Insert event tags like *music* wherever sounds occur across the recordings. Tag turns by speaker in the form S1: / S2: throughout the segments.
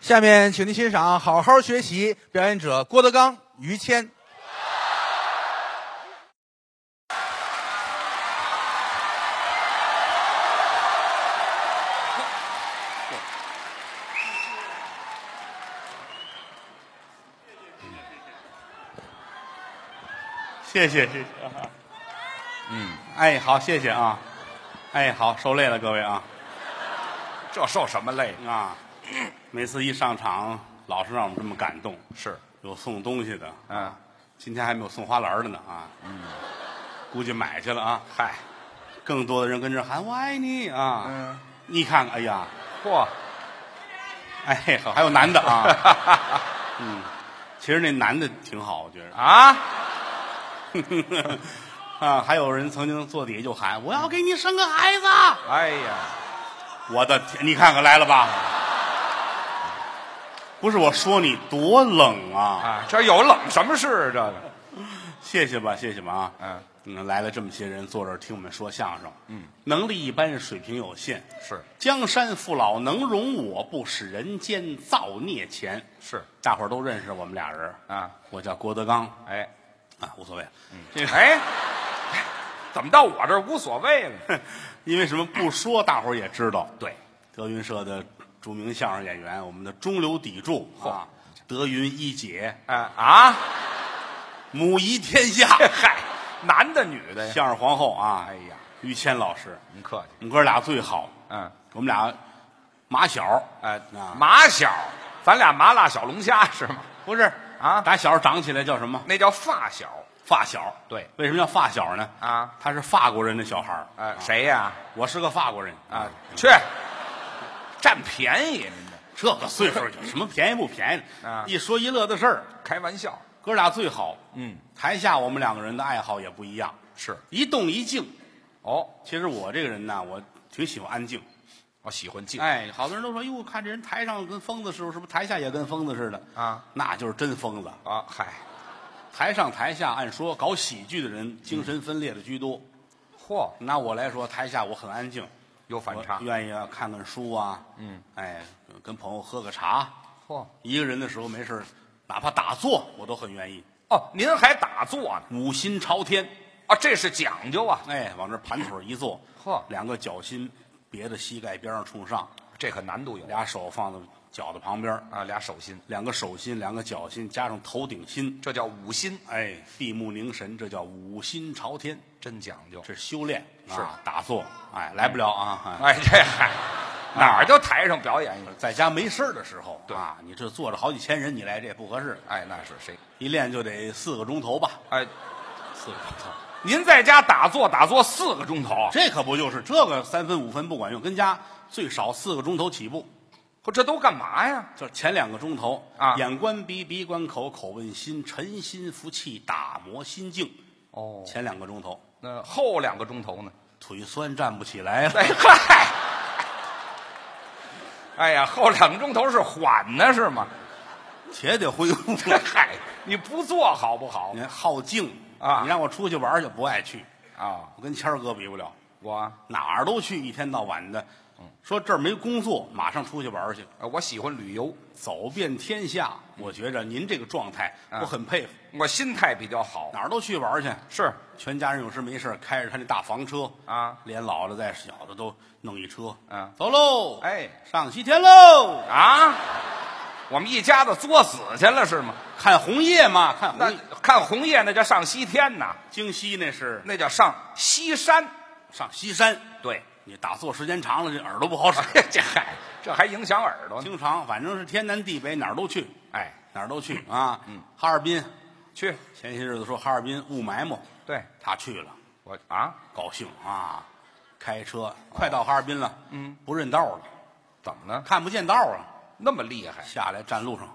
S1: 下面，请您欣赏好好学习表演者郭德纲、于谦。
S2: 谢谢谢谢。啊嗯，哎，好，谢谢啊。哎，好，受累了各位啊
S3: 这受什么累？
S2: 啊！每次一上场，老是让我们这么感动。
S3: 是，
S2: 有送东西的，
S3: 嗯，
S2: 今天还没有送花篮的呢啊。嗯，估计买去了啊。
S3: 嗨，
S2: 更多的人跟这喊“我爱你”啊。
S3: 嗯，
S2: 你看看，哎呀，
S3: 嚯，
S2: 哎，好，还有男的啊。
S3: *laughs*
S2: 嗯，其实那男的挺好，我觉得。
S3: 啊，
S2: *laughs* 啊，还有人曾经坐底下就喊：“我要给你生个孩子！”
S3: 哎呀，
S2: 我的天，你看看来了吧？不是我说你多冷啊！
S3: 啊，这有冷什么事？啊这个，
S2: 谢谢吧，谢谢吧啊！
S3: 嗯，
S2: 嗯，来了这么些人坐这儿听我们说相声，嗯，能力一般，水平有限。
S3: 是
S2: 江山父老能容我，不使人间造孽钱。
S3: 是，
S2: 大伙儿都认识我们俩人
S3: 啊，
S2: 我叫郭德纲
S3: 哎，
S2: 啊，无所谓。这个
S3: 哎，怎么到我这儿无所谓了？
S2: 因为什么不说，大伙儿也知道。
S3: 对，
S2: 德云社的著名相声演员，我们的中流砥柱
S3: 嚯
S2: 啊，德云一姐，
S3: 啊啊，
S2: 母仪天下，
S3: *laughs* 嗨，男的女的呀？
S2: 相声皇后啊！
S3: 哎呀，
S2: 于谦老师，
S3: 您客气，
S2: 我们哥俩最好，
S3: 嗯，
S2: 我们俩马小
S3: 哎
S2: 啊，
S3: 麻小，咱俩麻辣小龙虾是吗？
S2: 不是
S3: 啊
S2: 打小长起来叫什么？
S3: 那叫发小
S2: 发小。
S3: 对，
S2: 为什么叫发小呢？
S3: 啊，
S2: 他是法国人的小孩儿。
S3: 啊，
S2: 啊
S3: 谁呀？
S2: 我是个法国人哎
S3: 啊，去，占便宜，您这
S2: 这个岁数 *laughs* 有什么便宜不便宜的？
S3: 啊
S2: 一说一乐的事儿，
S3: 开玩笑，
S2: 哥俩最好。
S3: 嗯，
S2: 台下我们两个人的爱好也不一样，
S3: 是
S2: 一动一静。
S3: 哦，
S2: 其实我这个人呢，我挺喜欢安静。
S3: 我喜欢静，
S2: 哎，好多人都说，哟，看这人台上跟疯子似的，是不是台下也跟疯子似的
S3: 啊？
S2: 那就是真疯子。
S3: 啊，嗨，
S2: 台上台下，按说搞喜剧的人精神分裂的居多。
S3: 嚯，
S2: 拿我来说，台下我很安静，
S3: 有反差
S2: 我，愿意啊看看书啊，
S3: 嗯，
S2: 哎，跟朋友喝个茶。
S3: 嚯，
S2: 一个人的时候没事儿，哪怕打坐，我都很愿意。
S3: 哦，您还打坐呢？
S2: 五心朝天，
S3: 啊，这是讲究啊，
S2: 哎，往这盘腿一坐，
S3: 嚯
S2: 两个脚心别到膝盖边上冲上，
S3: 这可难度有
S2: 俩手放在脚的旁边儿，
S3: 啊，俩手心，
S2: 两个手心，两个脚心，加上头顶心，
S3: 这叫五心，
S2: 哎，闭目凝神，这叫五心朝天，
S3: 真讲究。
S2: 这是修炼，
S3: 是
S2: 啊打坐，哎，来不了啊，哎
S3: 哎，这嗨，哪儿就台上表演一个？
S2: 在家没事儿的时候
S3: 对
S2: 啊，你这坐着好几千人，你来这也不合适，
S3: 哎，那是谁？
S2: 一练就得四个钟头吧，
S3: 哎，
S2: 四个钟头，
S3: 您在家打坐打坐四个钟头，
S2: *laughs* 这可不就是这个三分五分不管用，跟家最少四个钟头起步，
S3: 这这都干嘛呀？
S2: 就是前两个钟头
S3: 啊
S2: 眼观鼻，鼻观口，口问心，沉心服气，打磨心境。
S3: 哦
S2: 前两个钟头
S3: 那后两个钟头呢？
S2: 腿酸站不起来了，
S3: 哎嗨，哎呀，后两个钟头是缓呢，是吗？
S2: 且得恢复。
S3: 嗨，你不做好不好
S2: *laughs* 你看好静
S3: 啊
S2: 你让我出去玩儿就不爱去，
S3: 啊？
S2: 我跟谦儿哥比不了，
S3: 我啊
S2: 哪儿都去，一天到晚的。说这儿没工作，马上出去玩儿去，
S3: 呃我喜欢旅游，
S2: 走遍天下。我觉着您这个状态，
S3: 啊
S2: 我很佩服，
S3: 我心态比较好。
S2: 哪儿都去玩儿去。
S3: 是
S2: 全家人有事没事儿开着他那大房车
S3: 啊，
S2: 连老的带小的都弄一车。
S3: 啊
S2: 走喽，
S3: 哎
S2: 上西天喽，
S3: 啊，我们一家子作死去了是吗？
S2: 看红叶嘛，看红
S3: 那
S2: 叶。
S3: 看红叶那叫上西天呐，
S2: 京西那是
S3: 那叫上西山。
S2: 上西山，
S3: 对， *laughs*
S2: 你打坐时间长了，这耳朵不好使。
S3: 这嗨，这还影响耳朵呢。
S2: 经常反正是天南地北哪儿都去，
S3: 哎，
S2: 哪儿都去啊。嗯，哈尔滨
S3: 去，
S2: 前些日子说哈尔滨雾霾嘛，
S3: 对
S2: 他去了，
S3: 我啊，
S2: 高兴啊，开车快到哈尔滨了，嗯，不认道了，
S3: 怎么呢？
S2: 看不见道啊，
S3: 那么厉害，
S2: 下来站路上，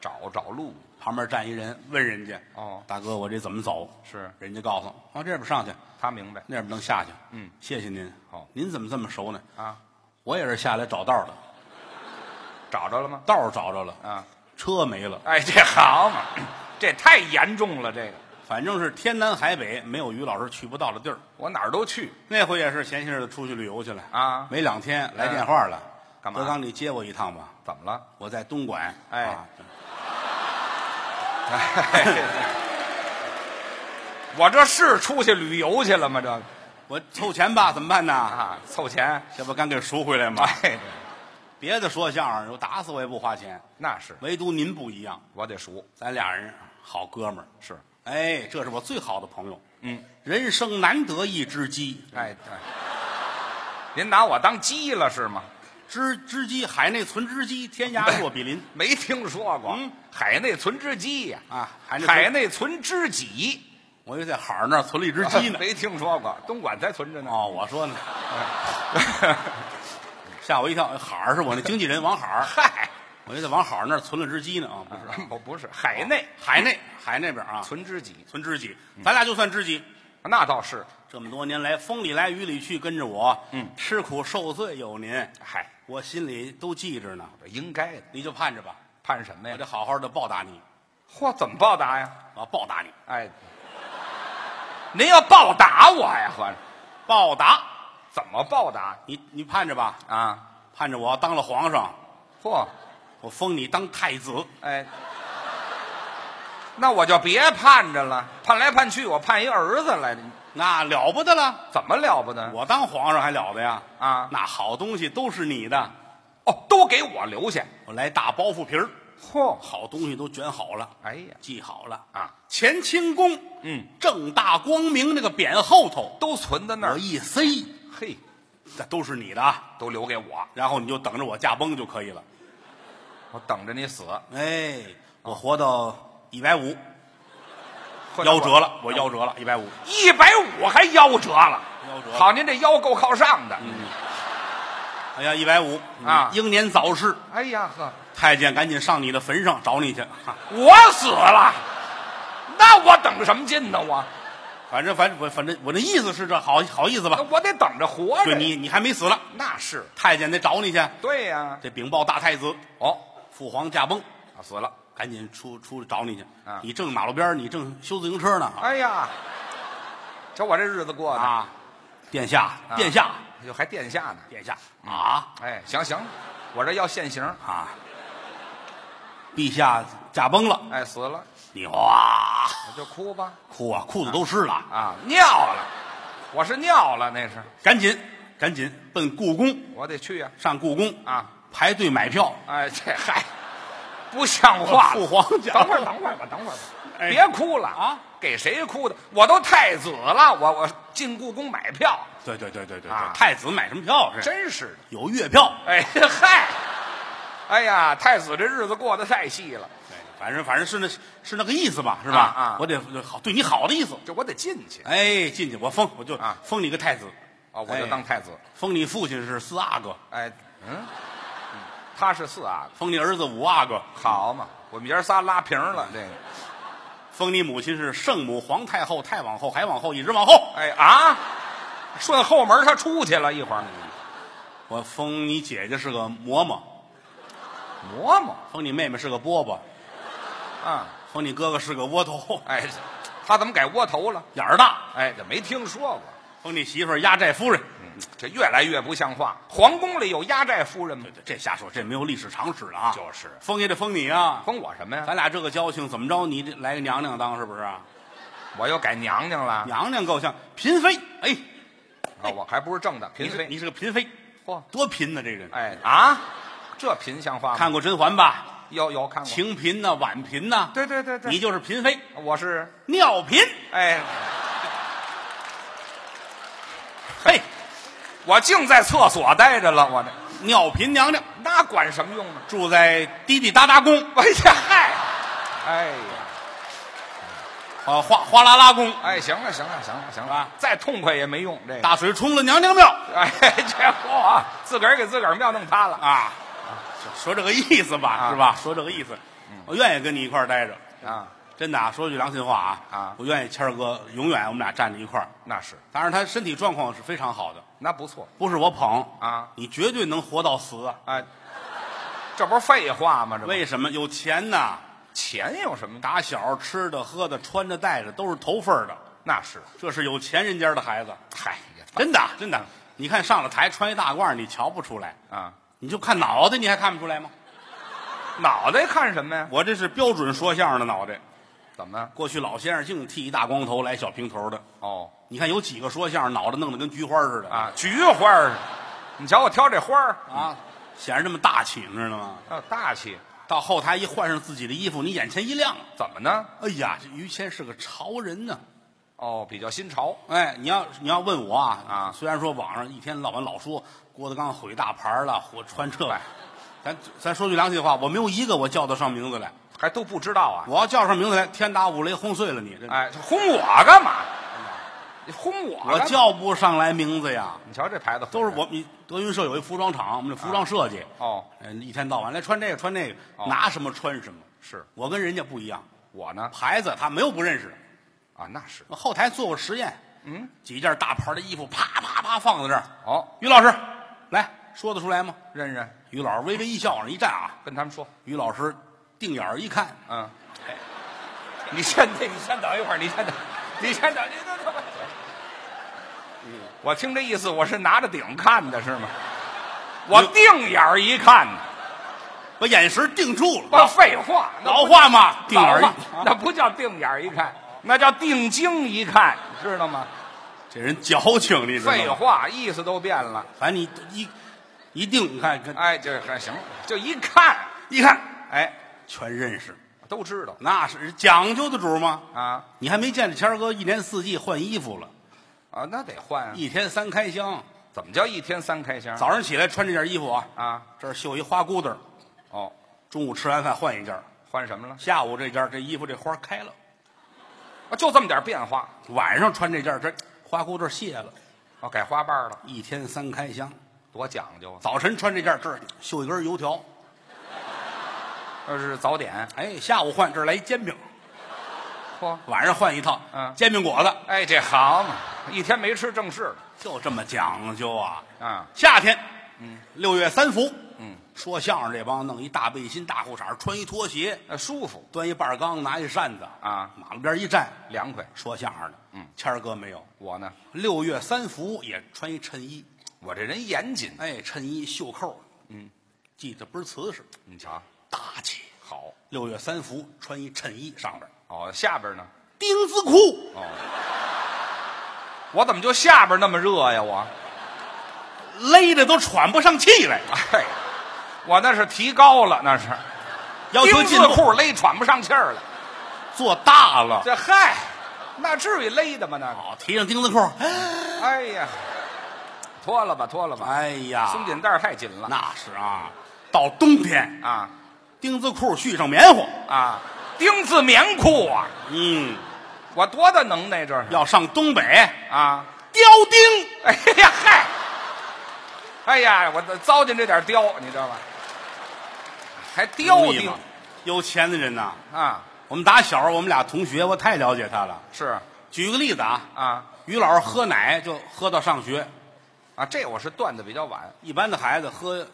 S3: 找找路
S2: 旁边站一人问人家，
S3: 哦
S2: 大哥，我这怎么走？
S3: 是
S2: 人家告诉往这边上去，
S3: 他明白
S2: 那边能下去。
S3: 嗯，
S2: 谢谢您。
S3: 好
S2: 您怎么这么熟呢？
S3: 啊？
S2: 我也是下来找道的，
S3: 找着了吗？
S2: 道儿找着了，
S3: 啊，
S2: 车没了，
S3: 哎，这好嘛，这太严重了，这个
S2: 反正是天南海北没有于老师去不到的地儿。
S3: 我哪儿都去
S2: 那回也是前些日子出去旅游去了
S3: 啊哎
S2: 没两天来电话了，
S3: 干嘛
S2: 德刚，你接我一趟吧，
S3: 怎么了？ *laughs*
S2: 我在东莞。
S3: 哎
S2: 啊
S3: 我这是出去旅游去了吗？这
S2: 我凑钱吧，怎么办呢？
S3: 啊，凑钱， *laughs*
S2: 这不刚给赎回来吗？
S3: 哎，
S2: 别的说相声，我打死我也不花钱，
S3: 那是
S2: 唯独您不一样，
S3: 我得数，
S2: 咱俩人好哥们儿。
S3: 是，
S2: 哎，这是我最好的朋友，
S3: 嗯，
S2: 人生难得一知己，
S3: 哎，哎您拿我当鸡了是吗？
S2: 知知己海内存知己，天涯若比邻
S3: 没听说过，
S2: 嗯
S3: 海内存知鸡呀、
S2: 啊！海内存
S3: 海，内存知己，
S2: 我以为在海儿那儿存了一只鸡呢。
S3: 啊 *laughs* 没听说过，东莞才存着呢。
S2: 哦，我说呢， *laughs* 吓我一跳，海儿是我那经纪人王海儿，
S3: 嗨，
S2: 我以为在王海儿那儿存了只鸡呢啊，不是，
S3: *laughs*
S2: 哦
S3: 不不是海内
S2: 海内海那边啊，
S3: 存嗯知己，
S2: 存知己，咱俩就算知己。
S3: 那倒是，
S2: 这么多年来，风里来雨里去，跟着我，
S3: 嗯
S2: 吃苦受罪有您，
S3: 嗨，
S2: 我心里都记着呢。
S3: 这应该的。
S2: 你就盼着吧，
S3: 盼什么
S2: 我
S3: 哎呀
S2: 得？好好的报答你，
S3: 嚯，怎么报答呀？
S2: 我要报答你，
S3: 哎，您要报答我呀？合着
S2: 报答
S3: 怎么报答
S2: 你，你盼着吧，
S3: 啊？
S2: 盼着我要当了皇上，
S3: 嚯，
S2: 我封你当太子。
S3: 哎，那我就别盼着了，盼来盼去，我盼一儿子来，
S2: 那了不得了！
S3: 怎么了不得？
S2: 我当皇上还了得呀？
S3: 啊
S2: 那好东西都是你的，
S3: 哦，都给我留下。
S2: 我来大包袱皮儿，
S3: 嚯，
S2: 好东西都卷好了，
S3: 哎呀，
S2: 系好了
S3: 啊！
S2: 乾清宫，
S3: 嗯，
S2: 正大光明那个匾后头，
S3: 都存在那
S2: 我
S3: 儿，
S2: 一塞，
S3: 嘿，
S2: 这都是你的啊。
S3: 都留给我，
S2: 然后你就等着我驾崩就可以了。
S3: 我等着你死。
S2: 哎，我活到一百五，
S3: 或者
S2: 夭折了，我夭折了，一百五，
S3: 一百五还夭折了，
S2: 夭折了
S3: 好，您这腰够靠上的。
S2: 哎呀，一百五
S3: 啊
S2: 英年早逝。
S3: 哎呀呵，
S2: 太监，赶紧上你的坟上找你去。哈
S3: 我死了，啊那我等什么劲呢？我
S2: 反正反正我反正我的意思是这好好意思吧？
S3: 我得等着活着。
S2: 对你你还没死了，
S3: 那是
S2: 太监得找你去。
S3: 对呀、
S2: 这禀报大太子，
S3: 哦，
S2: 父皇驾崩，
S3: 啊死了。
S2: 赶紧出出去找你去
S3: 啊。
S2: 你正马路边儿，你正修自行车呢。
S3: 哎呀，瞧我这日子过的，
S2: 啊，殿下，
S3: 啊
S2: 殿下，
S3: 就还殿下呢。
S2: 殿下啊
S3: 哎，行行，我这要现行。
S2: 啊！陛下驾崩了，
S3: 哎，死了，
S2: 你哇
S3: 我就哭吧。
S2: 哭啊，裤子都湿了，
S3: 啊，尿了，我是尿了，那是
S2: 赶紧赶紧奔故宫，
S3: 我得去呀、
S2: 上故宫
S3: 啊
S2: 排队买票。
S3: 哎，这嗨，不像话
S2: 父
S3: 了。
S2: 皇驾
S3: 等会
S2: 崩
S3: 儿，等会儿吧，等会儿吧，
S2: 哦 *laughs* 哎
S3: 别哭了
S2: 啊！
S3: 给谁哭的？我都太子了，我我进故宫买票，
S2: 对对对对对
S3: 啊
S2: 对，太子买什么票是？
S3: 真是的。
S2: 有月票。
S3: 哎嗨，哎呀，太子这日子过得太细了，
S2: 对，反正反正是那是那个意思吧，是吧？
S3: 啊啊
S2: 我得好对你好的意思。
S3: 这我得进去
S2: 哎，进去我封，我就
S3: 啊
S2: 封你个太子，哎
S3: 啊，我就当太子。
S2: 封你父亲是四阿哥，
S3: 哎，嗯，他是四阿哥，
S2: 封你儿子五阿哥，
S3: 好嘛，我们爷儿仨拉平了这个。
S2: 封你母亲是圣母、皇太后、太往后、还往后，一直往后。
S3: 哎啊，顺后门他出去了一会儿，
S2: 我封你姐姐是个嬷嬷，
S3: 嬷嬷
S2: 封你妹妹是个饽饽，
S3: 啊，
S2: 封你哥哥是个窝头，
S3: 哎，这他怎么改窝头了？
S2: 眼儿大。
S3: 哎，这没听说过。
S2: 封你媳妇儿压寨夫人，
S3: 这越来越不像话。皇宫里有压寨夫人吗
S2: 对？对，这瞎说，这没有历史常识了啊。
S3: 就是
S2: 封也得封你啊。
S3: 封我什么呀？
S2: 咱俩这个交情，怎么着？你得来个娘娘当是不是啊？
S3: 我又改娘娘了啊！
S2: 娘娘够呛，嫔妃，哎，
S3: 我还不是正的嫔
S2: 你是
S3: 妃。
S2: 你是个嫔妃，
S3: 嚯！
S2: 多贫呐、这人。
S3: 哎啊，这嫔像话吗？
S2: 看过《甄嬛》吧？
S3: 有有看过。
S2: 清嫔呐、婉嫔呐、
S3: 对对对
S2: 你
S3: 对，
S2: 就是嫔妃，
S3: 我是
S2: 尿嫔。
S3: 哎，
S2: 嘿，
S3: 我净在厕所待着了，我这
S2: 尿嫔娘娘
S3: 那管什么用呢？ *laughs*
S2: 住在滴滴答答宫，
S3: 哎呀嗨！哎呀，
S2: 啊，哗哗啦啦宫，
S3: 哎，行了行了行了行了
S2: 啊，
S3: 再痛快也没用这个。
S2: 大水冲了娘娘庙
S3: *laughs* 哎，这嚯，自个儿给自个儿庙弄塌了
S2: 啊，说这个意思吧，
S3: 啊嗯
S2: 是吧？说这个意思，我愿意跟你一块儿待着，
S3: 啊！
S2: 真的啊。说句良心话啊，
S3: 啊
S2: 我愿意谦儿哥永远我们俩站在一块儿。
S3: 那是，
S2: 当然，他身体状况是非常好的，
S3: 那不错。
S2: 不是我捧
S3: 啊，
S2: 你绝对能活到死啊！
S3: 啊，这不是废话吗？这不
S2: 为什么？有钱呐！
S3: 钱有什么大？
S2: 打小吃的、喝的、穿着、戴着都是头份儿的，
S3: 那是，
S2: 这是有钱人家的孩子，啊
S3: 嗨，也
S2: 真的真的。你看上了台穿一大褂，你瞧不出来，
S3: 啊，
S2: 你就看脑袋，你还看不出来吗？
S3: 脑袋看什么呀？
S2: 我这是标准说相声的脑袋。
S3: 怎么？
S2: 过去老先生净剃一大光头，来小平头的。
S3: 哦
S2: 你看有几个说相声脑袋弄得跟菊花似的
S3: 啊，菊花儿，你瞧我挑这花儿，
S2: 啊，显得这么大气，你知道吗？
S3: 啊，大气，
S2: 到后台一换上自己的衣服，你眼前一亮，
S3: 怎么呢？
S2: 哎呀，这于谦是个潮人呢、
S3: 哦，比较新潮，
S2: 哎，你要你要问我啊
S3: 啊
S2: 虽然说网上一天到晚老说郭德纲毁大牌了，或穿这，
S3: 哎
S2: 咱咱说句良心话，我没有一个我叫得上名字来。
S3: 还都不知道啊。
S2: 我要叫上名字来，天打五雷轰碎了你！真的，
S3: 哎，轰我干嘛？你轰我干嘛？
S2: 我叫不上来名字呀。
S3: 你瞧这牌子
S2: 都是我们德云社有一服装厂，我们的服装设计，
S3: 哦，
S2: 嗯、一天到晚来穿这个穿那个，
S3: 哦
S2: 拿什么穿什么。
S3: 是
S2: 我跟人家不一样，
S3: 我呢
S2: 牌子他没有不认识的。
S3: 啊，那是
S2: 我后台做过实验，嗯，几件大牌的衣服啪啪啪放在这儿，
S3: 哦，
S2: 于老师，来说得出来吗？
S3: 认认
S2: 于老师微微一笑，往上一站啊，
S3: 跟他们说，
S2: 于老师定眼儿一看，
S3: 嗯，你先等，你先等一会儿，你先等，你先等，你等等。
S2: 嗯
S3: 我听这意思，我是拿着顶看的是吗？我定眼儿一看，
S2: 把眼神定住了。
S3: 我废话，那
S2: 老
S3: 不
S2: 话嘛，定眼儿
S3: 老话
S2: 一，
S3: *laughs* 那不叫定眼儿一看，那叫定睛一看，知道吗？
S2: 这人矫情，你知道
S3: 废
S2: 吗？
S3: 话，意思都变了。
S2: 反正你一一定，你看，跟
S3: 哎，这还行，就一看，
S2: 一看
S3: 哎，
S2: 全认识，
S3: 都知道
S2: 那是讲究的主儿吗？
S3: 啊
S2: 你还没见着谦儿哥一年四季换衣服了，
S3: 啊，那得换啊。啊
S2: 一天三开箱。
S3: 怎么叫一天三开箱？
S2: 早上起来穿这件衣服啊，
S3: 啊，
S2: 这儿绣一花骨朵儿，
S3: 哦，
S2: 中午吃完饭换一件儿，
S3: 换什么了？
S2: 下午这件儿这衣服这花儿开了，
S3: 啊，就这么点变化，
S2: 晚上穿这件儿这花骨朵儿卸了。
S3: 哦，改花瓣了，
S2: 一天三开箱，
S3: 多讲究啊！
S2: 早晨穿这件儿这儿绣一根油条，
S3: 那呃是早点，
S2: 哎，下午换这儿来一煎饼，
S3: 嚯，
S2: 晚上换一套，
S3: 嗯
S2: 煎饼果子，
S3: 哎，这好嘛，一天没吃正事了
S2: 就这么讲究啊！
S3: 啊，
S2: 夏天，嗯，六月三伏，嗯，说相声这帮弄一大背心、大裤衩，穿一拖鞋，
S3: 那呃舒服
S2: 端一半缸，拿一扇子
S3: 啊
S2: 马路边一站，
S3: 凉快。
S2: 说相声的，嗯，谦儿哥没有，
S3: 我呢，
S2: 六月三伏也穿一衬衣，
S3: 我这人严谨，
S2: 哎，衬衣袖扣，嗯，系得倍儿瓷实，
S3: 你瞧，
S2: 大气。
S3: 好
S2: 六月三伏穿一衬衣上边儿，
S3: 哦，下边呢？
S2: 丁字裤，
S3: 我怎么就下边那么热呀？我，
S2: 勒的都喘不上气来，
S3: 哎，我那是提高了，那是
S2: 要求
S3: 丁
S2: 进
S3: 字
S2: 步
S3: 裤勒喘不上气儿了。
S2: 做大了，
S3: 这嗨，那至于勒的吗？那个，
S2: 好提上丁字裤，
S3: 哎呀，脱了吧，脱了吧，
S2: 哎呀，
S3: 松紧带儿太紧了
S2: 那是啊，到冬天
S3: 啊
S2: 丁字裤续上棉花，
S3: 啊！丁字棉裤啊，
S2: 嗯，
S3: 我多大能耐这是
S2: 要上东北
S3: 啊！ *laughs*
S2: 雕钉，
S3: 哎呀嗨，哎呀，我糟践这点貂，你知道吧？还
S2: 容
S3: 貂
S2: 易
S3: 丁
S2: 吗有钱的人呐，
S3: 啊？
S2: 我们打小我们俩同学，我太了解他了。
S3: 是
S2: 举个例子啊，
S3: 啊
S2: 于老师喝奶就喝到上学，
S3: 啊，这我是断的比较晚，
S2: 一般的孩子喝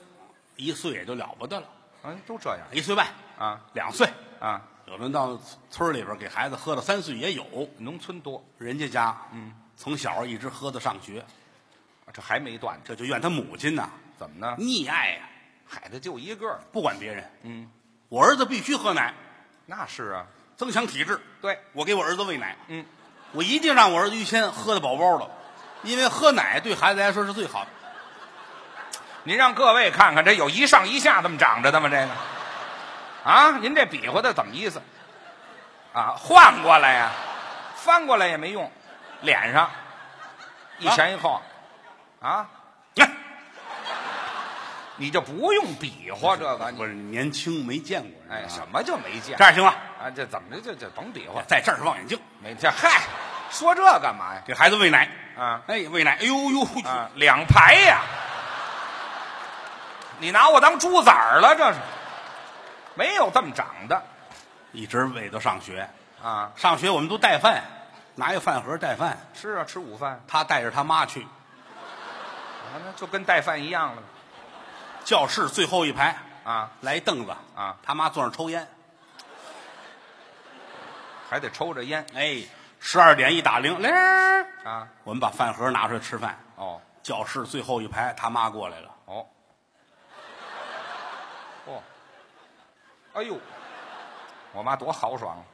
S2: 一岁也就了不得了，
S3: 嗯，都这样
S2: 一岁半、
S3: 啊
S2: 两岁，
S3: 啊，
S2: 有的到村里边给孩子喝到三岁也有。
S3: 农村多，
S2: 人家家，嗯，从小一直喝到上学，
S3: 这还没断，
S2: 这就怨他母亲呐，
S3: 怎么呢？
S2: 溺爱呀、
S3: 海子就一个，
S2: 不管别人。
S3: 嗯，
S2: 我儿子必须喝奶，
S3: 那是啊，
S2: 增强体质。
S3: 对，
S2: 我给我儿子喂奶，
S3: 嗯，
S2: 我一定让我儿子于谦喝的饱饱的，因为喝奶对孩子来说是最好的。
S3: 您让各位看看，这有一上一下这么长着的吗？这个，啊，您这比划的怎么意思？啊，换过来呀、翻过来也没用，脸
S2: 啊
S3: 上一前一后，啊，
S2: 你看，
S3: 你就不用比划这个，
S2: 不是年轻没见过人啊，
S3: 哎，什么就没见
S2: 这样行了，
S3: 啊？这怎么着？这这甭比划，
S2: 在这儿是望远镜，
S3: 没这嗨，说这干嘛呀？
S2: 给孩子喂奶
S3: 啊
S2: 哎，喂奶，哎呦呦，
S3: 啊，两排呀、你拿我当猪崽儿了？这是没有这么长的
S2: 一直喂到上学。
S3: 啊。
S2: 上学我们都带饭，拿一饭盒带饭，
S3: 是啊，吃午饭，
S2: 他带着他妈去
S3: 啊那就跟带饭一样了
S2: 教室最后一排，
S3: 啊，
S2: 来一凳子
S3: 啊，
S2: 他妈坐那儿抽烟，
S3: 还得抽着烟
S2: 哎，十二点一打铃，铃儿，
S3: 啊。
S2: 我们把饭盒拿出来吃饭。
S3: 哦
S2: 教室最后一排，他妈过来了，
S3: 哦，哎呦，我妈多豪爽啊，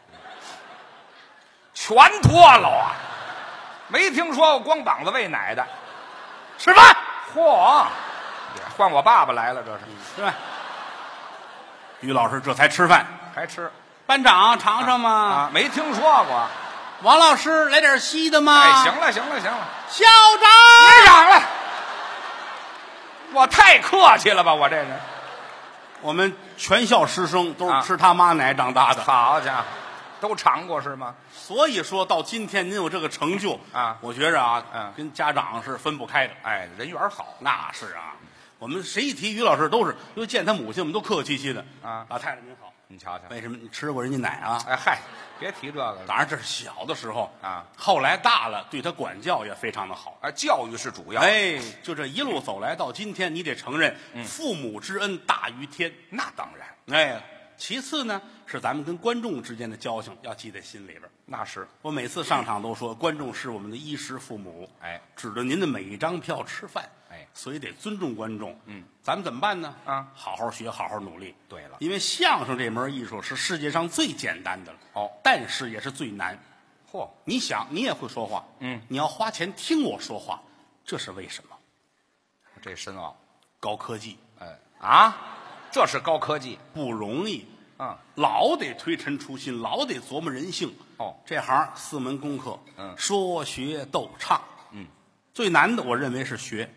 S3: 全脱了啊！没听说过光膀子喂奶的，
S2: 吃饭，
S3: 嚯！换我爸爸来了，这是
S2: 吃饭。于老师这才吃饭，
S3: 还吃
S2: 班长尝尝吗？
S3: 啊？没听说过。
S2: 王老师来点稀的吗？
S3: 哎，行，了，行了，行了，
S2: 校长，
S3: 别嚷了，我太客气了吧，我这人。
S2: 我们全校师生都
S3: 啊
S2: 是吃他妈奶长大的，
S3: 好家伙，都尝过是吗？
S2: 所以说到今天您有这个成就
S3: 啊
S2: 我觉着啊，
S3: 嗯
S2: 跟家长是分不开的。
S3: 哎，人缘好，
S2: 那是啊，我们谁一提于老师都是，因为见他母亲，我们都客客气气的
S3: 啊
S2: 老太太您好，
S3: 你瞧瞧。
S2: 为什么你吃过人家奶啊？
S3: 哎嗨，别提这个了
S2: 当然这是小的时候
S3: 啊，
S2: 后来大了对他管教也非常的好。
S3: 啊！教育是主要，，
S2: 哎，就这一路走来到今天，你得承认
S3: 嗯
S2: 父母之恩大于天。
S3: 那当然，
S2: 哎，其次呢是咱们跟观众之间的交情要记在心里边儿。
S3: 那是
S2: 我每次上场都说，观众是我们的衣食父母，
S3: 哎，
S2: 指着您的每一张票吃饭，
S3: 哎
S2: 所以得尊重观众。嗯，咱们怎么办呢？
S3: 啊
S2: 好好学，好好努力。
S3: 对了
S2: 因为相声这门艺术是世界上最简单的了，
S3: 哦，
S2: 但是也是最难。
S3: 嚯，
S2: 你想，你也会说话，
S3: 嗯，
S2: 你要花钱听我说话，这是为什么？
S3: 这深奥，
S2: 高科技
S3: 哎啊，这是高科技，
S2: 不容易，
S3: 嗯，
S2: 老得推陈出新，老得琢磨人性。
S3: 哦
S2: 这行四门功课，
S3: 嗯
S2: 说学逗唱，嗯，最难的我认为是学，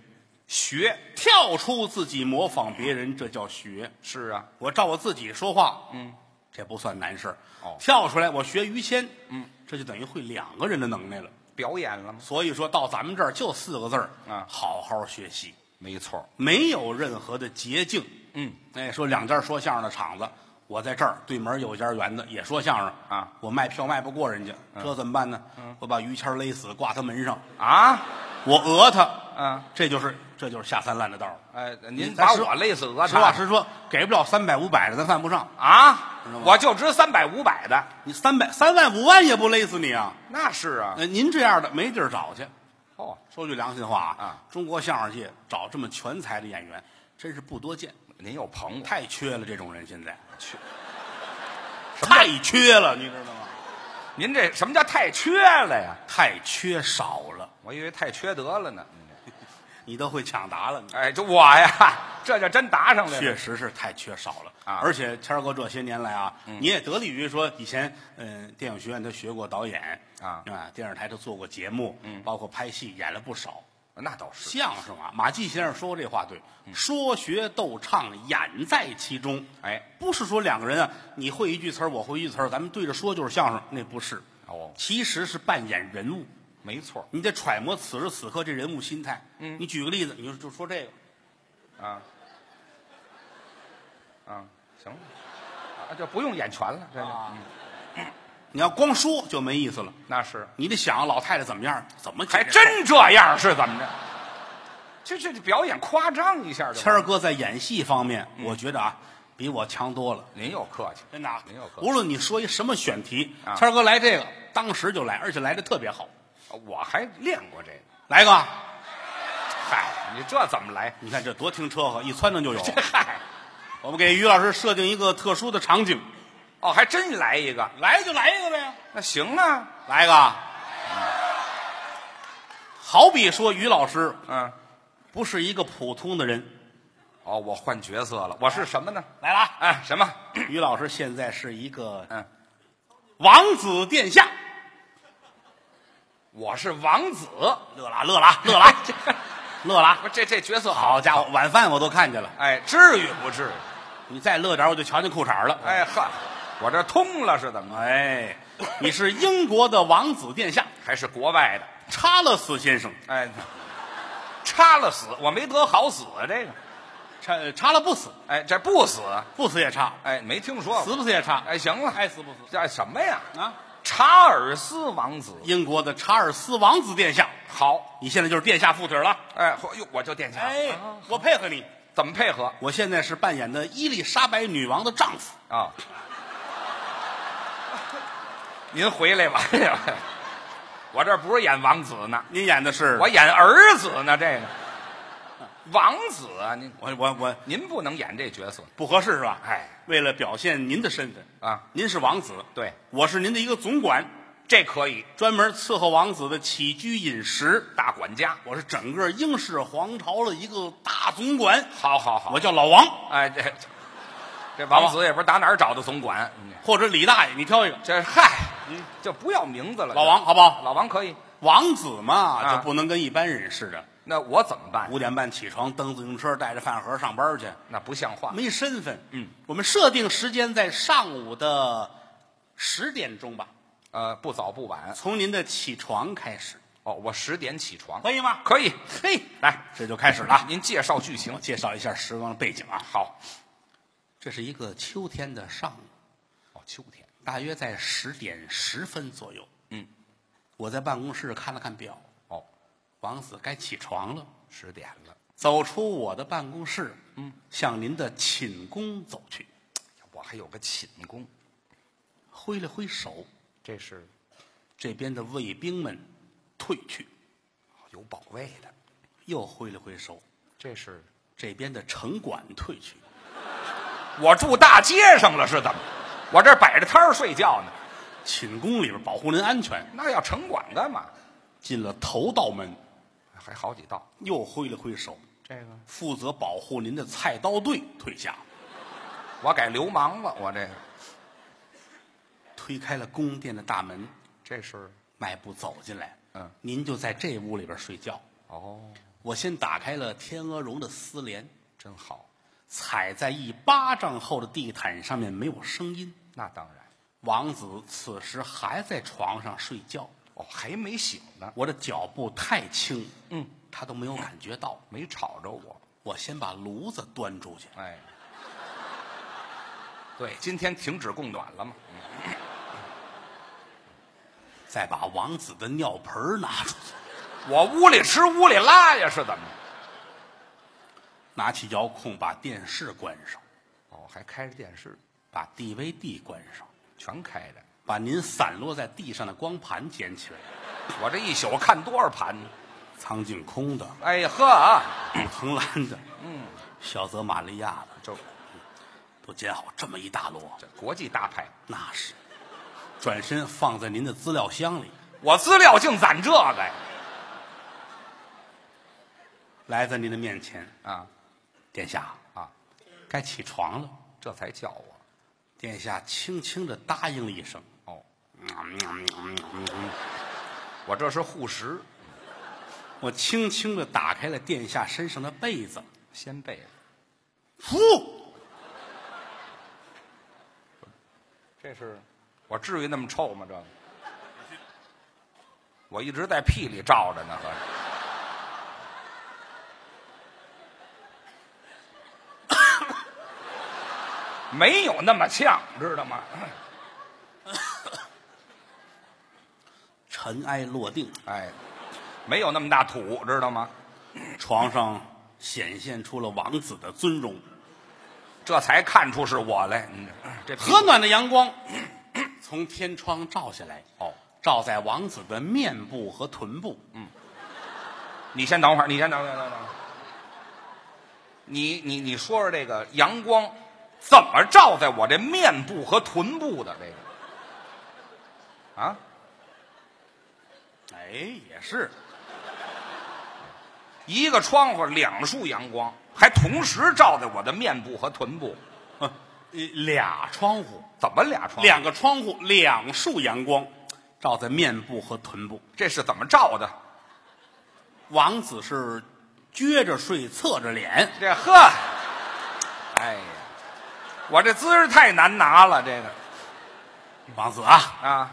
S3: 学
S2: 跳出自己模仿别人，这叫学。
S3: 是啊，
S2: 我照我自己说话，嗯，这不算难事儿
S3: 哦
S2: 跳出来我学于谦，嗯，这就等于会两个人的能耐了。
S3: 表演了吗？
S2: 所以说到咱们这儿就四个字儿，
S3: 啊
S2: 好好学习，
S3: 没错，
S2: 没有任何的捷径。
S3: 嗯，
S2: 哎，说两家说相声的场子，我在这儿对门有一家园子也说相声
S3: 啊，嗯
S2: 我卖票卖不过人家，这怎么办呢？我把于谦勒死，挂他门上，
S3: 啊，
S2: 我讹他，
S3: 嗯，
S2: 这就是这就是下三滥的道儿。
S3: 哎，您
S2: 咱
S3: 把
S2: 实
S3: 我累死讹
S2: 实话
S3: 他
S2: 实说，给不了三百五百的，咱犯不上。
S3: 啊
S2: 知道吗，
S3: 我就值三百五百的，
S2: 你三百三万五万也不勒死你啊！
S3: 那是啊，
S2: 呃，您这样的没地儿找去。
S3: 哦，
S2: 说句良心话
S3: 啊，
S2: 中国相声界找这么全才的演员真是不多见，
S3: 您又捧我，
S2: 太缺了这种人，现在
S3: 缺，
S2: 太缺了，你知道吗？
S3: 您这什么叫太缺了呀？
S2: 太缺少了，
S3: 我以为太缺德了呢，
S2: 你都会抢答了，你
S3: 哎，就我呀，这就真答上来
S2: 确
S3: 了，
S2: 实是太缺少了
S3: 啊
S2: 而且谦儿哥这些年来啊，你也得力于说以前，嗯、电影学院他学过导演
S3: 啊
S2: 电视台他做过节目，嗯，包括拍戏演了不少。
S3: 那倒是，
S2: 相声啊，马季先生说过这话对，说学逗唱，演在其中。
S3: 哎，
S2: 不是说两个人啊，你会一句词儿，我会一句词儿，咱们对着说就是相声，那不是。
S3: 哦
S2: 其实是扮演人物，
S3: 没错
S2: 你得揣摩此时此刻这人物心态。嗯，你举个例子，你就就说这个，
S3: 啊，啊，行了，啊，就不用演全了，这就、
S2: 啊你要光说就没意思了，
S3: 那是，
S2: 你得想老太太怎么样，怎么解决
S3: 还真这样是怎么着？这这这表演夸张一下就完
S2: 谦儿哥在演戏方面，
S3: 嗯
S2: 我觉得啊，比我强多了。
S3: 您又客气，
S2: 真的啊
S3: 您又，客气
S2: 无论你说一什么选题，
S3: 啊
S2: 谦儿哥来这个，当时就来，而且来的特别好。
S3: 我还练过这个，
S2: 来个，
S3: 嗨，你这怎么来？ *laughs*
S2: 你看这多听车和，一窜腾就有。
S3: 这嗨，
S2: 我们给于老师设定一个特殊的场景，
S3: 哦，还真来一个，
S2: 来就来一个呗。
S3: 那行啊，
S2: 来个，好比说于老师
S3: 嗯，
S2: 不是一个普通的人。
S3: 哦，我换角色了，我是什么呢？
S2: 来了啊，
S3: 哎，什么？
S2: *clears throat* 于老师现在是一个
S3: 嗯，
S2: 王子殿下，
S3: 我是王子，
S2: 乐了啊乐 *laughs* 了乐了
S3: 这
S2: 乐了啊
S3: 不，这这角色好，
S2: 好家伙，晚饭我都看见了，
S3: 哎，至于不至于？
S2: 你再乐点我就瞧见裤衩了。
S3: 哎呵，我这通了是怎么？
S2: 哎，你是英国的王子殿下
S3: 还是国外的？
S2: 查勒斯先生，
S3: 哎， *laughs* 插了死，我没得好死啊！这个，
S2: 查查呃了不死，
S3: 哎，这不死，
S2: 不死也查，
S3: 哎，没听说
S2: 死
S3: 过。
S2: 不死也查，
S3: 哎，行了，
S2: 爱死不死
S3: 这什么呀？
S2: 啊！
S3: 查尔斯王子，
S2: 英国的查尔斯王子殿下，
S3: 好，
S2: 你现在就是殿下附体了。
S3: 哎，嚯哟，我就殿下了，啊，
S2: 我配合你，
S3: 怎么配合
S2: 我现在是扮演的伊丽莎白女王的丈夫，
S3: 啊？您回来吧， *laughs* 哎呀我这不是演王子呢，
S2: 您演的是
S3: 我演儿子呢。这个，王子啊，您
S2: 我我我
S3: 您不能演这角色
S2: 不合适是吧？
S3: 哎，
S2: 为了表现您的身份，
S3: 啊。
S2: 您是王子，
S3: 对，
S2: 我是您的一个总管，
S3: 这可以，
S2: 专门伺候王子的起居饮食。
S3: 大管家，
S2: 我是整个英式皇朝的一个大总管，
S3: 好好好。
S2: 我叫老王
S3: 哎，这这这王子也不知道打哪儿找的总管，嗯
S2: 或者李大爷，你挑一个。
S3: 这嗨，就不要名字了。
S2: 老王好不好？
S3: 嗯老王可以。
S2: 王子
S3: 啊
S2: 嘛，就不能跟一般人似的，
S3: 那我怎么办？
S2: 五点半起床，蹬自行车，带着饭盒上班去，
S3: 那不像话。
S2: 没身份。
S3: 啊嗯，
S2: 我们设定时间在上午的十点钟吧，
S3: 呃，不早不晚。
S2: 从您的起床开始，
S3: 哦，我十点起床，
S2: 可以吗？
S3: 可以。
S2: 嘿，
S3: 来，
S2: 这就开始了。
S3: 您介绍剧情
S2: 我。介绍一下时光的背景啊。好，这是一个秋天的上午，
S3: 哦，秋天，
S2: 大约在十点十分左右。
S3: 嗯，
S2: 我在办公室看了看表，
S3: 哦，
S2: 王子该起床了，
S3: 十点了，
S2: 走出我的办公室，嗯，向您的寝宫走去，
S3: 我还有个寝宫，
S2: 挥了挥手，
S3: 这是
S2: 这边的卫兵们退去，
S3: 有保卫的，
S2: 又挥了挥手，
S3: 这是
S2: 这边的城管退去。
S3: 我住大街上了是怎么？我这儿摆着摊儿睡觉呢，
S2: 寝宫里边保护您安全，
S3: 那要城管干嘛？
S2: 进了头道门，
S3: 还好几道，
S2: 又挥了挥手，
S3: 这个
S2: 负责保护您的菜刀队退下。
S3: 我改流氓了，我这个
S2: 推开了宫殿的大门，
S3: 这是
S2: 迈步走进来。
S3: 嗯，
S2: 您就在这屋里边睡觉。
S3: 哦，
S2: 我先打开了天鹅绒的丝帘，
S3: 真好，
S2: 踩在一巴掌厚的地毯上面，没有声音。
S3: 那当然，
S2: 王子此时还在床上睡觉，
S3: 哦，还没醒呢，
S2: 我的脚步太轻，
S3: 嗯，
S2: 他都没有感觉到。
S3: 没吵着我，
S2: 我先把炉子端出去，
S3: 哎，对，今天停止供暖了嘛，
S2: 再把王子的尿盆儿拿出去，
S3: 我屋里吃屋里拉呀，是怎么？
S2: 拿起遥控把电视关上，
S3: 哦，还开着电视，
S2: 把 DVD 关上，
S3: 全开着。
S2: 把您散落在地上的光盘捡起来。
S3: 我这一宿看多少盘呢？
S2: 苍井空的、
S3: 哎呀呵啊，
S2: 古藤兰的、嗯，小泽玛利亚的，
S3: 这
S2: 都捡好这么一大摞，
S3: 这国际大牌，
S2: 那是。转身放在您的资料箱里，
S3: 我资料净攒这个呀
S2: 来在您的面前，
S3: 啊
S2: 殿下，
S3: 啊，
S2: 该起床了。
S3: 这才叫我
S2: 殿下轻轻的答应了一声，
S3: 哦，
S2: 嗯嗯嗯嗯嗯
S3: 我这是护食
S2: 我轻轻的打开了殿下身上的被子，
S3: 先辈了，
S2: 呼，
S3: 这是我至于那么臭吗？这个我一直在屁里照着呢，合着没有那么呛，知道吗？
S2: 尘埃落定，
S3: 哎，没有那么大土，知道吗？
S2: 床上显现出了王子的尊容，
S3: 这才看出是我来。嗯，这屁股
S2: 和暖的阳光从天窗照下来，
S3: 哦，
S2: 照在王子的面部和臀部。
S3: 你先等会儿，你先等会儿等会儿等会儿。你你你说说这个阳光怎么照在我这面部和臀部的这个？啊，
S2: 哎，也是，
S3: 一个窗户两束阳光，还同时照在我的面部和臀部，
S2: 呃俩窗户，
S3: 怎么俩窗户？
S2: 两个窗户，两束阳光照在面部和臀部。
S3: 这是怎么照的？
S2: 王子是撅着睡，侧着脸，
S3: 这呵，哎呀，我这姿势太难拿了，这个
S2: 王子啊，
S3: 啊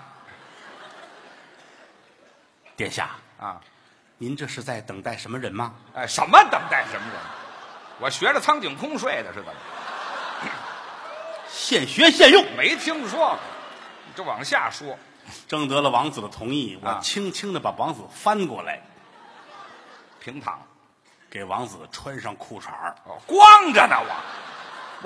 S2: 殿下，
S3: 啊。
S2: 您这是在等待什么人吗？
S3: 哎，什么等待什么人？我学着苍井空睡的是怎么？
S2: 现学现用。
S3: 没听说过，你就往下说。
S2: 征得了王子的同意，我
S3: 啊
S2: 轻轻的把王子翻过来，
S3: 平躺
S2: 给王子穿上裤衩儿
S3: 哦，光着呢我，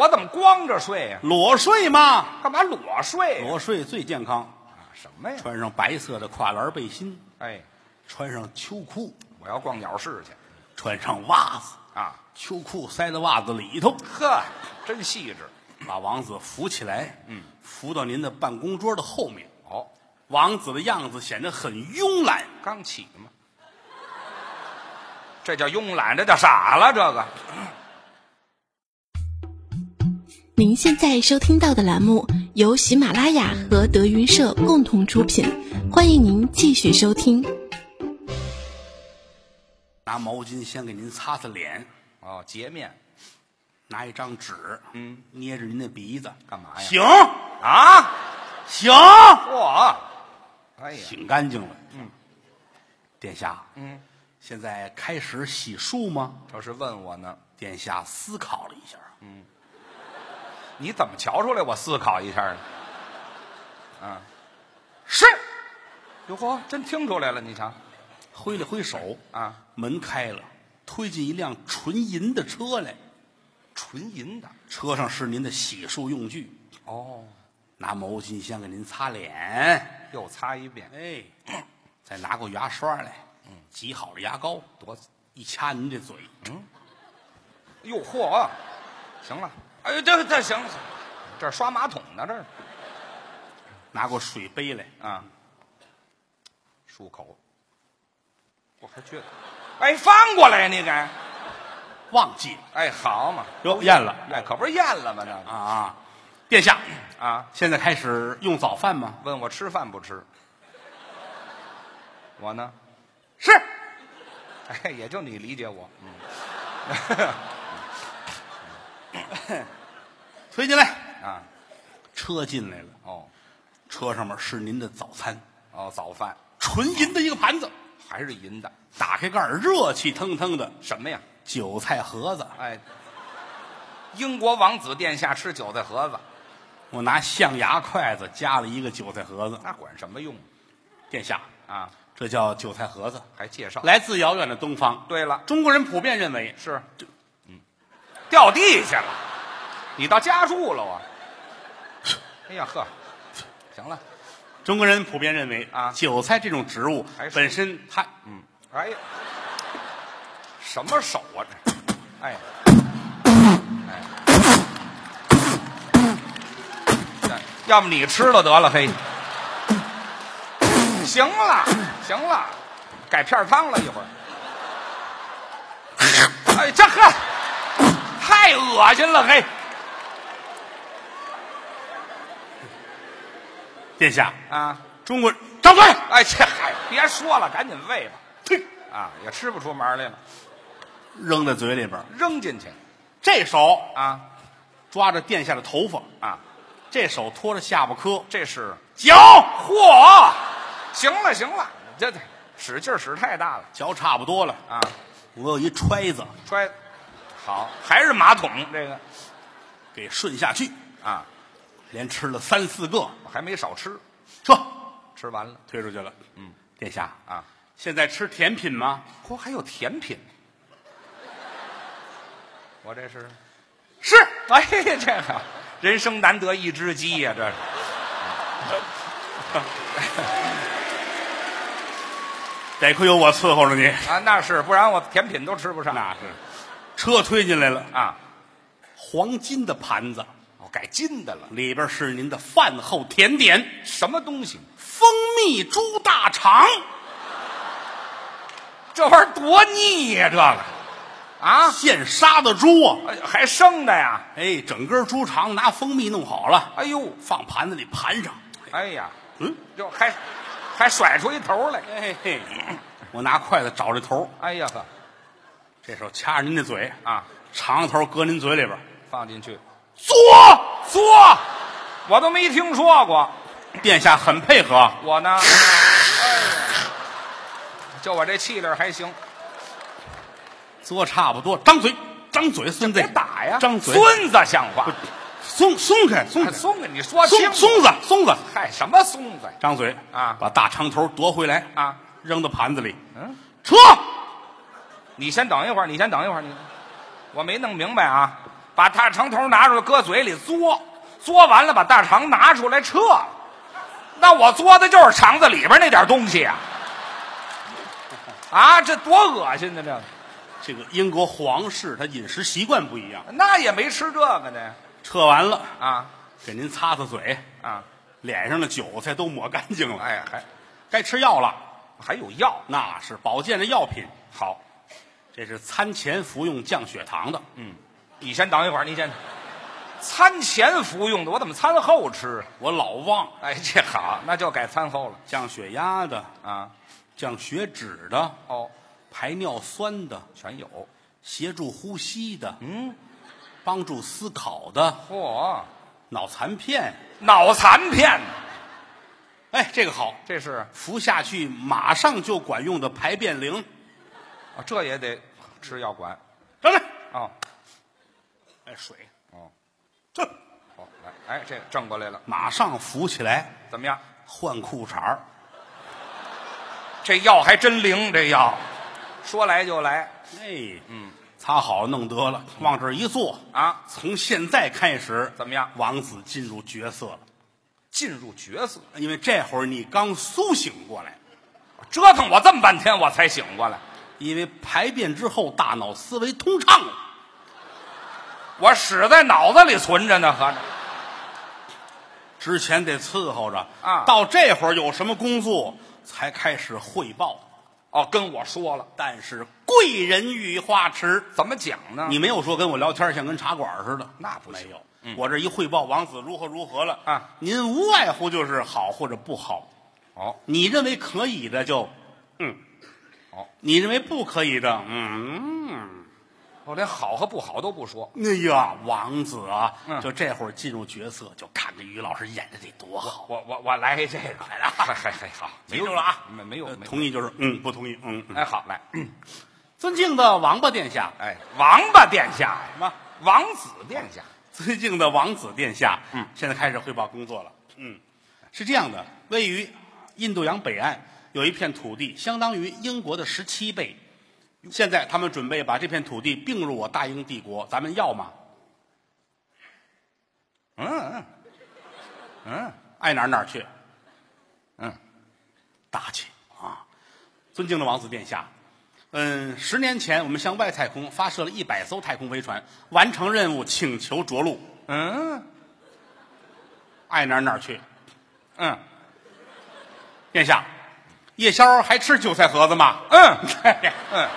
S3: 我怎么光着睡呀、
S2: 裸睡嘛，
S3: 干嘛裸睡呀、
S2: 裸睡最健康。
S3: 啊什么呀？
S2: 穿上白色的跨栏背心，
S3: 哎，
S2: 穿上秋裤，
S3: 我要逛鸟市去。
S2: 穿上袜子，
S3: 啊，
S2: 秋裤塞在袜子里头，
S3: 呵，真细致。
S2: 把王子扶起来，嗯，扶到您的办公桌的后面。
S3: 哦，
S2: 王子的样子显得很慵懒，
S3: 刚起嘛，这叫慵懒，这叫傻了，这个。
S4: 您现在收听到的栏目由喜马拉雅和德云社共同出品，欢迎您继续收听。
S2: 拿毛巾先给您擦擦脸，
S3: 哦，洁面
S2: 拿一张纸，嗯，捏着您的鼻子，
S3: 干嘛呀？
S2: 醒
S3: 啊，
S2: 醒，
S3: 嚯，哎呀，
S2: 醒干净了。嗯，殿下，嗯，现在开始洗漱吗？
S3: 这是问我呢，
S2: 殿下思考了一下，
S3: 你怎么瞧出来？我思考一下呢。啊
S2: 是，
S3: 哟呵，真听出来了，你瞧，
S2: 挥了挥手，
S3: 啊，
S2: 门开了，推进一辆纯银的车来，
S3: 纯银的。
S2: 车上是您的洗漱用具，
S3: 哦，
S2: 拿毛巾先给您擦脸，
S3: 又擦一遍，
S2: 哎，再拿过牙刷来，嗯，挤好了牙膏，
S3: 多，
S2: 一掐您这嘴，
S3: 哟嚯，行了，哎呦，这这行了，这儿刷马桶呢，这儿
S2: 拿过水杯来，
S3: 啊，漱口，我还觉得，哎，翻过来呀，你给，
S2: 忘记了，
S3: 哎，好嘛，
S2: 哟，咽了
S3: 哎，可不是咽了吗？那
S2: 啊啊！殿下，
S3: 啊，
S2: 现在开始用早饭吗？
S3: 问我吃饭不吃，我呢，
S2: 是，
S3: *laughs* 哎，也就你理解我，
S2: 推进来。
S3: 啊，
S2: 车进来了，
S3: 哦，
S2: 车上面是您的早餐，
S3: 哦，早饭
S2: 纯银的一个盘子，
S3: 还是银的，
S2: 打开盖儿，热气腾腾的
S3: 什么呀？
S2: 韭菜盒子。
S3: 哎，英国王子殿下吃韭菜盒子，
S2: 我拿象牙筷子夹了一个韭菜盒子。
S3: 那管什么用
S2: 殿下，
S3: 啊？
S2: 这叫韭菜盒子，
S3: 还介绍。
S2: 来自遥远的东方。
S3: 对了，
S2: 中国人普遍认为
S3: 是，嗯，掉地下了，你到家住了我。哎呀呵，行了，
S2: 中国人普遍认为
S3: 啊
S2: 韭菜这种植物
S3: 还是
S2: 本身它
S3: 嗯，哎呀，什么手啊这？哎，哎，哎要么你吃了得了，嘿。行了，行了，改片汤了一会儿。哎，这呵，太恶心了，嘿。
S2: 殿下，
S3: 啊，
S2: 中国张嘴，
S3: 哎，这嗨，别说了，赶紧喂吧。啊，也吃不出门儿来了，
S2: 扔在嘴里边儿。
S3: 扔进去
S2: 这手
S3: 啊
S2: 抓着殿下的头发，
S3: 啊！
S2: 这手托着下巴颏，
S3: 这是
S2: 嚼，
S3: 嚯，行了行了，这这使劲儿使太大了
S2: 嚼差不多了。
S3: 啊！
S2: 我有一揣子，
S3: 揣，好，还是马桶这个
S2: 给顺下去，
S3: 啊，
S2: 连吃了三四个。
S3: 我还没少吃，
S2: 撤，
S3: 吃完了
S2: 推出去了。嗯，殿下，
S3: 啊，
S2: 现在吃甜品吗？
S3: 嚯，还有甜品，我这是，
S2: 是。
S3: *laughs* 哎呀，这个人生难得一只鸡呀、这是。
S2: 得亏有我伺候着你。
S3: 啊，那是，不然我甜品都吃不上。
S2: 那是，车推进来了，
S3: 啊，
S2: 黄金的盘子，
S3: 我改金的了，
S2: 里边是您的饭后甜点
S3: 什么东西？
S2: ——蜂蜜猪大肠。
S3: 这玩意儿多腻呀、这个啊，
S2: 现杀的猪啊，
S3: 哎还生的呀？
S2: 哎，整根猪肠拿蜂蜜弄好了，
S3: 哎呦，
S2: 放盘子里盘上。
S3: 哎呀，
S2: 嗯，
S3: 就还还甩出一头来。
S2: 哎嘿，我拿筷子找这头，
S3: 哎呀呵，
S2: 这手掐着您的嘴
S3: 啊，
S2: 长头搁您嘴里边，
S3: 放进去，
S2: 嘬
S3: 嘬，我都没听说过。
S2: 殿下很配合，
S3: 我呢，哎呀就我这气力还行。
S2: 嘬差不多，张嘴，张嘴，孙子，
S3: 别打呀，
S2: 张嘴，
S3: 孙子像话
S2: 不，松松开，松开， *laughs*
S3: 还哎松啊子，你说清
S2: 松松
S3: 楚
S2: 子，松子，
S3: 嗨，什么松子呀？
S2: 张嘴
S3: 啊
S2: 把大长头夺回来
S3: 啊，
S2: 扔到盘子里，
S3: 嗯，
S2: 撤，
S3: 你先等一会儿，你先等一会儿，你我没弄明白啊。把大肠头拿出来，搁嘴里嘬，嘬完了把大肠拿出来撤了。那我嘬的就是肠子里边那点东西啊！啊，这多恶心呢！这个
S2: 这个英国皇室他饮食习惯不一样，
S3: 那也没吃这个呢
S2: 撤完了
S3: 啊
S2: 给您擦擦嘴，
S3: 啊！
S2: 脸上的韭菜都抹干净了，
S3: 哎，还
S2: 该吃药了，
S3: 还有药，
S2: 那是保健的药品。好，这是餐前服用降血糖的，
S3: 嗯你先等一会儿，你先。餐前服用的，我怎么餐后吃啊？
S2: 我老忘
S3: 哎，这好，那就改餐后了
S2: 降血压的，
S3: 啊。
S2: 降血脂的，
S3: 哦，
S2: 排尿酸的，
S3: 全有。
S2: 协助呼吸的，嗯，帮助思考的，
S3: 嚯、
S2: 脑残片，
S3: 脑残片，
S2: 哎，这个好，
S3: 这是啊、
S2: 服下去马上就管用的排便灵。
S3: 啊这也得吃药管
S2: 等等，
S3: 哦。
S2: 哎，水，
S3: 哦，
S2: 这
S3: 哦，来，哎，这正过来了，
S2: 马上扶起来，
S3: 怎么样？
S2: 换裤衩儿
S3: 这药还真灵，这药，说来就来
S2: 哎，嗯，擦好弄得了，往这儿一坐，
S3: 嗯啊！
S2: 从现在开始
S3: 怎么样
S2: 王子进入角色了，
S3: 进入角色，
S2: 因为这会儿你刚苏醒过来，
S3: 折腾我这么半天，我才醒过来。
S2: 因为排便之后大脑思维通畅啊了，
S3: 我屎在脑子里存着呢，合着
S2: 之前得伺候着
S3: 啊
S2: 到这会儿有什么工作才开始汇报，
S3: 哦，跟我说了，
S2: 但是贵人雨花池。
S3: 怎么讲呢？
S2: 你没有说跟我聊天像跟茶馆似的，
S3: 啊那不行
S2: 没
S3: 嗯
S2: 有。我这一汇报，王子如何如何了
S3: 啊？
S2: 您无外乎就是好或者不好，
S3: 哦，
S2: 你认为可以的就，嗯，
S3: 哦，
S2: 你认为不可以的，嗯，
S3: 我连好和不好都不说，
S2: 哎呀，王子啊，
S3: 嗯
S2: 就这会儿进入角色，就看着于老师演的得多好。
S3: 我我我来这个，来了，嗨嗨嗨，好，
S2: 记住了啊
S3: 没没有
S2: 呃
S3: 没有
S2: 同意就是嗯，不同意嗯。嗯
S3: 哎，好来，
S2: 尊敬的王八殿下，
S3: 哎，王八殿下呀，
S2: 什么？
S3: 王子殿下，
S2: *laughs* 尊敬的王子殿下，
S3: 嗯，
S2: 现在开始汇报工作了。嗯，是这样的，位于印度洋北岸有一片土地，相当于英国的十七倍。现在他们准备把这片土地并入我大英帝国，咱们要吗？
S3: 嗯嗯
S2: 嗯爱哪儿哪儿去，
S3: 嗯，
S2: 打去啊！尊敬的王子殿下，嗯，十年前我们向外太空发射了一百艘太空飞船，完成任务，请求着陆，
S3: 嗯
S2: 爱哪儿哪儿去。
S3: 嗯
S2: 殿下，夜宵还吃韭菜盒子吗？
S3: 嗯，
S2: *laughs* 嗯，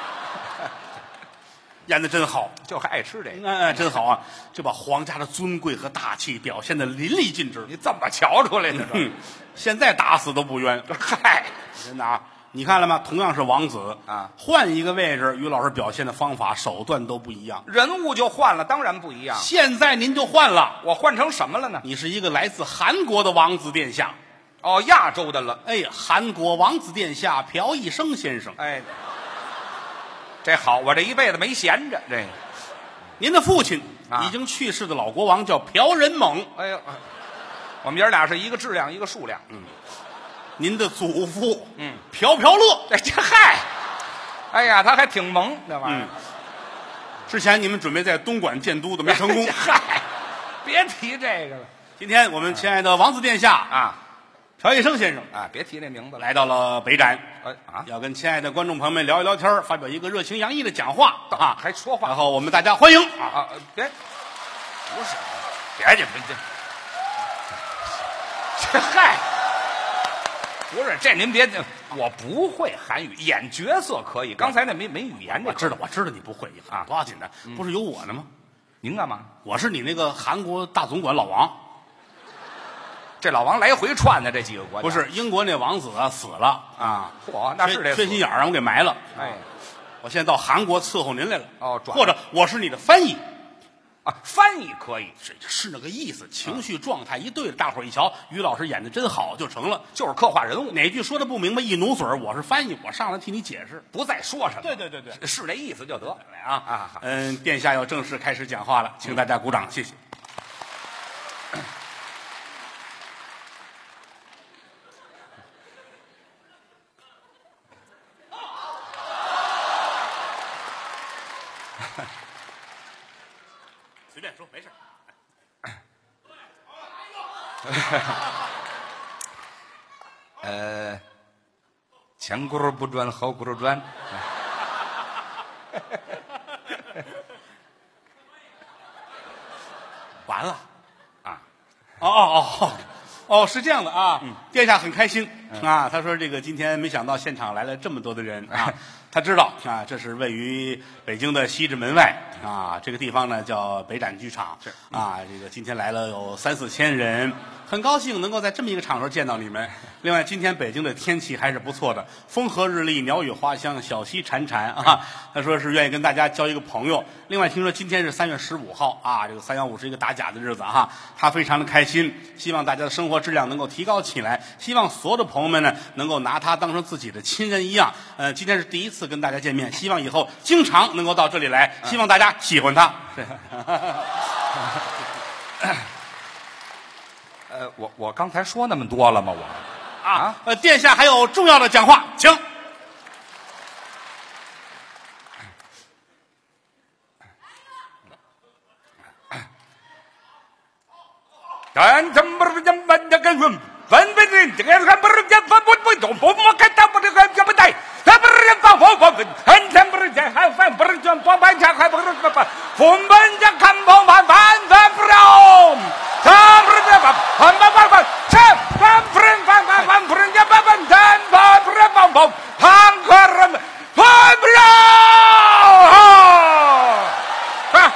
S2: 演的真好，
S3: 就还爱吃这个。
S2: 嗯，真好啊！这把皇家的尊贵和大气表现的淋漓尽致。
S3: 你怎么瞧出来的？
S2: 嗯，现在打死都不冤。嗨，真的啊！你看了吗？同样是王子
S3: 啊
S2: 换一个位置，于老师表现的方法、手段都不一样。
S3: *laughs* 人物就换了，当然不一样。
S2: 现在您就换了，
S3: 我换成什么了呢？
S2: 你是一个来自韩国的王子殿下。
S3: 哦，亚洲的了。
S2: 哎，韩国王子殿下朴一生先生，
S3: 哎，这好，我这一辈子没闲着。这个，
S2: 您的父亲、
S3: 啊
S2: 已经去世的老国王叫朴仁猛，
S3: 哎呦，我们爷俩是一个质量，一个数量。
S2: 您的祖父
S3: 嗯，
S2: 朴朴乐。
S3: 哎，这嗨，哎呀，他还挺萌，那玩意儿
S2: 嗯。之前你们准备在东莞建都的没成功。
S3: 嗨，别提这个了
S2: 今天我们亲爱的王子殿下
S3: 啊
S2: 朴叶生先生
S3: 啊！别提那名字了。
S2: 来到了北展，
S3: 哎啊，
S2: 要跟亲爱的观众朋友们聊一聊天儿，发表一个热情洋溢的讲话啊，
S3: 还说哦话
S2: 然后我们大家欢迎
S3: 啊啊！别，不是，别介别介，这嗨，不是这您别介，我不会韩语，演角色可以，刚才那没没语言这
S2: 我
S3: 个，
S2: 知道，我知道你不会啊，不要紧的，
S3: 嗯
S2: 不是有我呢吗？
S3: 您干嘛？
S2: 我是你那个韩国大总管老王，
S3: 这老王来回串的这几个国家，
S2: 不是英国那王子啊死了啊，
S3: 嚯，那是
S2: 缺
S3: 这
S2: 缺心眼儿让我给埋了。
S3: 哎
S2: 我现在到韩国伺候您来了，
S3: 哦转
S2: 或者我是你的翻译，
S3: 啊，翻译可以，
S2: 这是那个意思，情绪状态一对，大伙儿一瞧，于老师演的真好，就成了。
S3: 就是刻画人物，
S2: 哪句说的不明白，一努嘴儿，我是翻译，我上来替你解释。
S3: 不再说什么，
S2: 对对对对
S3: 是是这意思就得。
S2: 来啊
S3: 啊
S2: 嗯，殿下要正式开始讲话了，请大家鼓掌，谢谢。随便说，没事儿。 *laughs*
S3: 前轱辘不转后轱辘转，
S2: 完了。
S3: 啊，
S2: 哦哦哦哦，哦，是这样的啊，殿下很开心啊。他说这个今天没想到现场来了这么多的人啊， *laughs* 他知道啊，这是位于北京的西直门外啊，这个地方呢叫北展剧场
S3: 是
S2: 啊，这个今天来了有三四千人。很高兴能够在这么一个场合见到你们。另外，今天北京的天气还是不错的，风和日丽，鸟语花香，小溪潺潺啊。他说是愿意跟大家交一个朋友。另外，听说今天是三月十五号啊，这个三幺五是一个打假的日子啊，他非常的开心，希望大家的生活质量能够提高起来，希望所有的朋友们呢能够拿他当成自己的亲人一样。呃，今天是第一次跟大家见面，希望以后经常能够到这里来，希望大家喜欢他。 *laughs*
S3: 呃，我我刚才说那么多了吗？我
S2: 啊，呃，殿下还有重要的讲话，请。
S3: 咱怎么不怎么这个人？咱不这这个咱不是这不不不懂，不不看他不这个这不对，他不是放放放，俺咱不是这还放不是这放半天还不是不不，我们这看不完完完不了，他不是这放放放放放，这放不是放放放不是这放放咱放不是放放，他可是放不了。啊！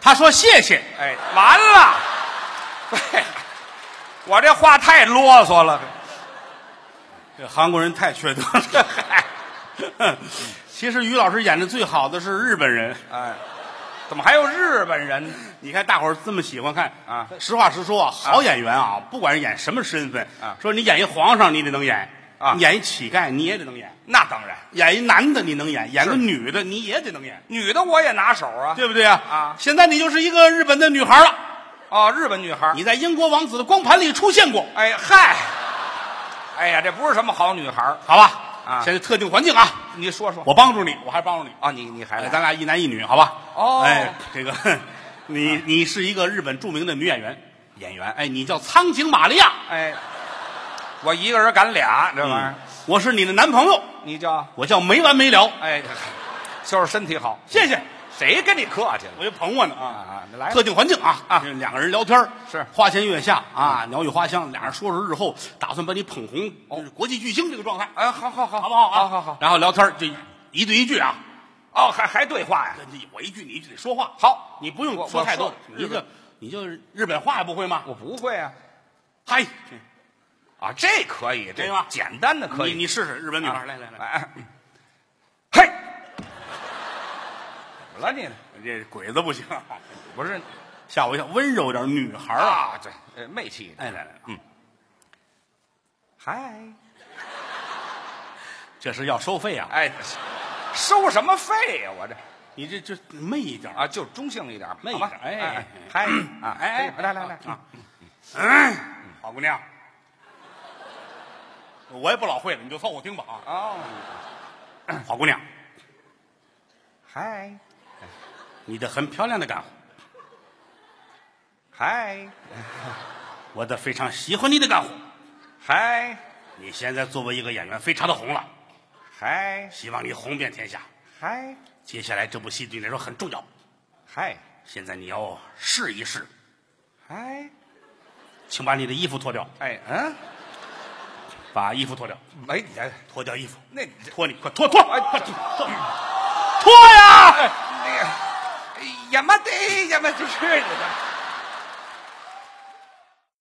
S2: 他说谢谢。
S3: 哎，完了！ *laughs* 哎我这话太啰嗦了。
S2: 这韩国人太缺德了。其实于老师演的最好的是日本人，
S3: 哎，怎么还有日本人呢？
S2: 你看大伙儿这么喜欢看
S3: 啊
S2: 实话实说啊，好演员啊，不管是演什么身份
S3: 啊
S2: 说你演一皇上你得能演
S3: 啊
S2: 你演一乞丐你也得能演，
S3: 那当然，
S2: 演一男的你能演，演个女的你也得能演，
S3: 女的我也拿手啊。
S2: 对不对啊？
S3: 啊
S2: 现在你就是一个日本的女孩了，
S3: 哦，日本女孩。
S2: 你在英国王子的光盘里出现过，
S3: 哎嗨，哎呀，这不是什么好女孩。
S2: 好吧？
S3: 啊
S2: 现在特定环境啊，
S3: 你说说。
S2: 我帮助你，我还帮助你。
S3: 啊，你你还
S2: 哎，
S3: 来
S2: 咱俩一男一女，好吧？
S3: 哦嗯
S2: 哎，这个，你你是一个日本著名的女演员，演员，哎，你叫苍井玛利亚，
S3: 哎，我一个人赶俩，这玩意儿
S2: 嗯。我是你的男朋友，
S3: 你叫
S2: 我叫没完没了，
S3: 哎，就是身体好。
S2: 谢谢，
S3: 谁跟你客气了
S2: 我就捧我呢啊。
S3: 啊？来吧
S2: 特定环境啊
S3: 啊
S2: 这两个人聊天儿
S3: 是嗯
S2: 花前月下啊，鸟语花香，俩人说说日后打算把你捧红，就是国际巨星这个状态，
S3: 哎，好好好，
S2: 好不好啊？
S3: 哦好好好。
S2: 然后聊天儿就一对一句啊，
S3: 哦，还还对话呀？
S2: 你我一句你一句得说话，
S3: 好
S2: 你不用
S3: 我
S2: 说
S3: 我
S2: 太多
S3: 说，
S2: 你
S3: 日
S2: 就
S3: 本
S2: 你就日本话也不会吗？
S3: 我不会啊。
S2: 嗨。
S3: 啊，这可以，
S2: 对
S3: 这
S2: 吧
S3: 简
S2: *laughs*
S3: 单的可以。
S2: 你你试试日本女
S3: 啊
S2: 孩，来来来，
S3: 哎，嘿，怎么了你呢？
S2: 这鬼子 *laughs* 不行，
S3: 不是
S2: 吓我一跳，温柔点女孩啊，
S3: 啊，对，呃，媚气的。
S2: 哎来来，嗯，
S3: 嗨，
S2: 这是要收费啊，
S3: 哎，收什么费呀？我这
S2: 你这这媚一点，
S3: 啊，就中性一点，
S2: 媚一
S3: 好
S2: 点
S3: 吧？
S2: 哎
S3: 嗨啊，
S2: 哎哎
S3: 来来来
S2: 啊，好姑娘，我也不老会了，你就凑合听吧啊，
S3: 哦，
S2: *coughs* 好姑娘，
S3: 嗨
S2: 你的很漂亮的干活，
S3: 嗨
S2: 我的非常喜欢你的干活，
S3: 嗨
S2: 你现在作为一个演员非常的红了，
S3: 嗨
S2: 希望你红遍天下，
S3: 嗨
S2: 接下来这部戏对你来说很重要，
S3: 嗨
S2: 现在你要试一试，
S3: 嗨，
S2: 请把你的衣服脱掉，
S3: 哎嗯，
S2: 把衣服脱掉，
S3: 没你这
S2: 脱掉衣服。
S3: 那你这
S2: 脱你，快脱脱！
S3: 哎
S2: 快脱脱脱呀！
S3: 哎那个哎呀妈的呀妈，这是你的，